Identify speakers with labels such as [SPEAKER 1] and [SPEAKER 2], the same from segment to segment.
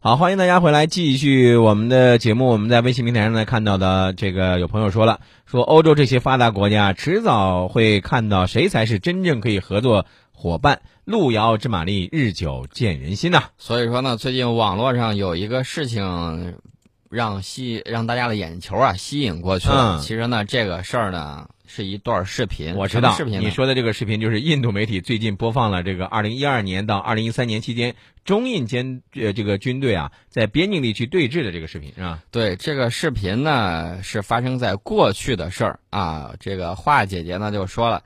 [SPEAKER 1] 好，欢迎大家回来继续我们的节目。我们在微信平台上呢看到的这个，有朋友说了，说欧洲这些发达国家迟早会看到谁才是真正可以合作伙伴。路遥知马力，日久见人心呐、
[SPEAKER 2] 所以说呢，最近网络上有一个事情，让吸让大家的眼球啊吸引过去了。
[SPEAKER 1] 嗯
[SPEAKER 2] 其实呢，这个事儿呢是一段视频，
[SPEAKER 1] 我知
[SPEAKER 2] 嗯什
[SPEAKER 1] 道
[SPEAKER 2] 么视频呢
[SPEAKER 1] 你说的这个视频就是印度媒体最近播放了这个二零一二年到二零一三年期间中印间呃这个军队啊在边境地区对峙的这个视频啊。
[SPEAKER 2] 对这个视频呢是发生在过去的事儿啊。这个华姐姐呢就说了，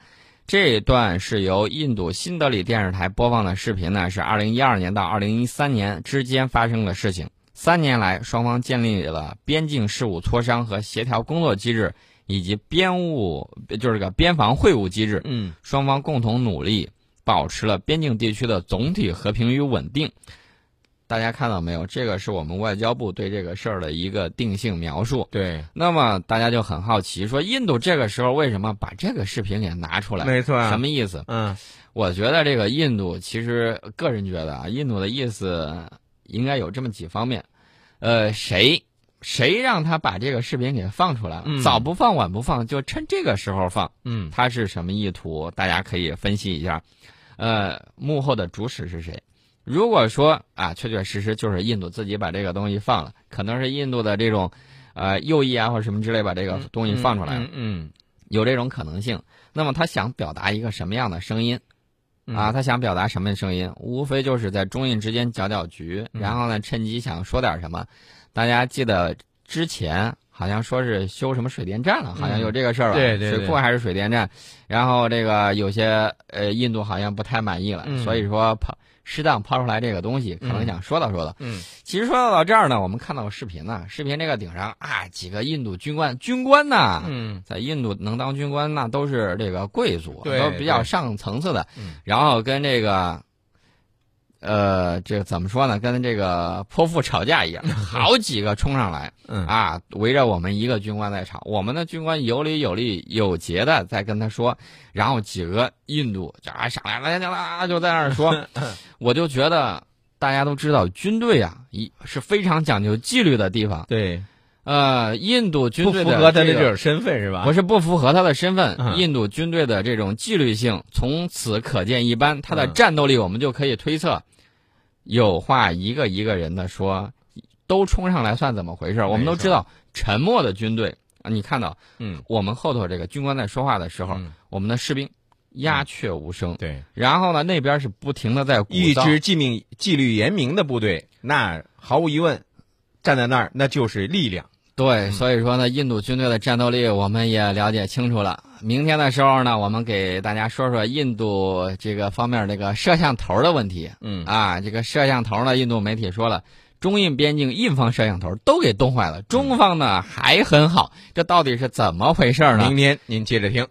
[SPEAKER 2] 这段是由印度新德里电视台播放的视频呢，是二零一二年到二零一三年之间发生的事情。三年来，双方建立了边境事务磋商和协调工作机制，以及边务就是这个边防会晤机制。
[SPEAKER 1] 嗯
[SPEAKER 2] 双方共同努力，保持了边境地区的总体和平与稳定。大家看到没有？这个是我们外交部对这个事儿的一个定性描述。
[SPEAKER 1] 对，
[SPEAKER 2] 那么大家就很好奇，说印度这个时候为什么把这个视频给拿出来？
[SPEAKER 1] 没错啊
[SPEAKER 2] 什么意思？
[SPEAKER 1] 嗯
[SPEAKER 2] 我觉得这个印度其实个人觉得啊，印度的意思应该有这么几方面。呃，谁谁让他把这个视频给放出来了？
[SPEAKER 1] 嗯
[SPEAKER 2] 早不放晚不放，就趁这个时候放。
[SPEAKER 1] 嗯
[SPEAKER 2] 他是什么意图，大家可以分析一下。呃，幕后的主使是谁？如果说啊，确确实实就是印度自己把这个东西放了，可能是印度的这种呃右翼啊或者什么之类把这个东西放出来了，
[SPEAKER 1] 嗯嗯
[SPEAKER 2] 有这种可能性。那么他想表达一个什么样的声音
[SPEAKER 1] 嗯
[SPEAKER 2] 啊？他想表达什么声音？无非就是在中印之间搅搅局，
[SPEAKER 1] 嗯
[SPEAKER 2] 然后呢，趁机想说点什么。大家记得之前好像说是修什么水电站了，好像
[SPEAKER 1] 嗯
[SPEAKER 2] 有这个事儿吧？
[SPEAKER 1] 对对对
[SPEAKER 2] 水库还是水电站？然后这个有些呃，印度好像不太满意了，
[SPEAKER 1] 嗯
[SPEAKER 2] 所以说抛适当抛出来这个东西，可能想说道说道。
[SPEAKER 1] 嗯
[SPEAKER 2] 其实说到这儿呢，我们看到视频呢，视频这个顶上啊，几个印度军官，军官呐，
[SPEAKER 1] 嗯
[SPEAKER 2] 在印度能当军官，那都是这个贵族，
[SPEAKER 1] 对
[SPEAKER 2] 都比较
[SPEAKER 1] 对
[SPEAKER 2] 上层次的
[SPEAKER 1] 嗯。
[SPEAKER 2] 然后跟这个，呃，这个怎么说呢？跟这个泼妇吵 架一样，好几个冲上来
[SPEAKER 1] 嗯
[SPEAKER 2] 啊，围着我们一个军官在吵。我们的军官有理有力有节的在跟他说，然后几个印度就啊上来了，来来就在那儿 说，我就觉得大家都知道，军队啊一是非常讲究纪律的地方。
[SPEAKER 1] 对，
[SPEAKER 2] 呃，印度军
[SPEAKER 1] 不
[SPEAKER 2] 队
[SPEAKER 1] 符
[SPEAKER 2] 的
[SPEAKER 1] 合他的
[SPEAKER 2] 这
[SPEAKER 1] 这
[SPEAKER 2] 个
[SPEAKER 1] 种身份是吧？
[SPEAKER 2] 不是不符合他的身份。
[SPEAKER 1] 啊嗯
[SPEAKER 2] 印度军队的这种纪律性，从此可见一斑。他的
[SPEAKER 1] 嗯
[SPEAKER 2] 战斗力，我们就可以推测。有话一个一个人的说，都冲上来算怎么回事？我们都知道，沉默的军队，啊你看到
[SPEAKER 1] 嗯
[SPEAKER 2] 我们后头这个军官在说话的时候，
[SPEAKER 1] 嗯
[SPEAKER 2] 我们的士兵鸦雀无声。
[SPEAKER 1] 对，
[SPEAKER 2] 然后呢，那边是不停的在鼓
[SPEAKER 1] 一
[SPEAKER 2] 噪。
[SPEAKER 1] 支纪命纪律严明的部队，那毫无疑问，站在那儿那就是力量。
[SPEAKER 2] 对，所以说呢，印度军队的战斗力我们也了解清楚了。明天的时候呢，我们给大家说说印度这个方面这个摄像头的问题
[SPEAKER 1] 嗯
[SPEAKER 2] 啊。这个摄像头呢，印度媒体说了，中印边境印方摄像头都给冻坏了，中方呢还很好，这到底是怎么回事呢？
[SPEAKER 1] 明天您接着听。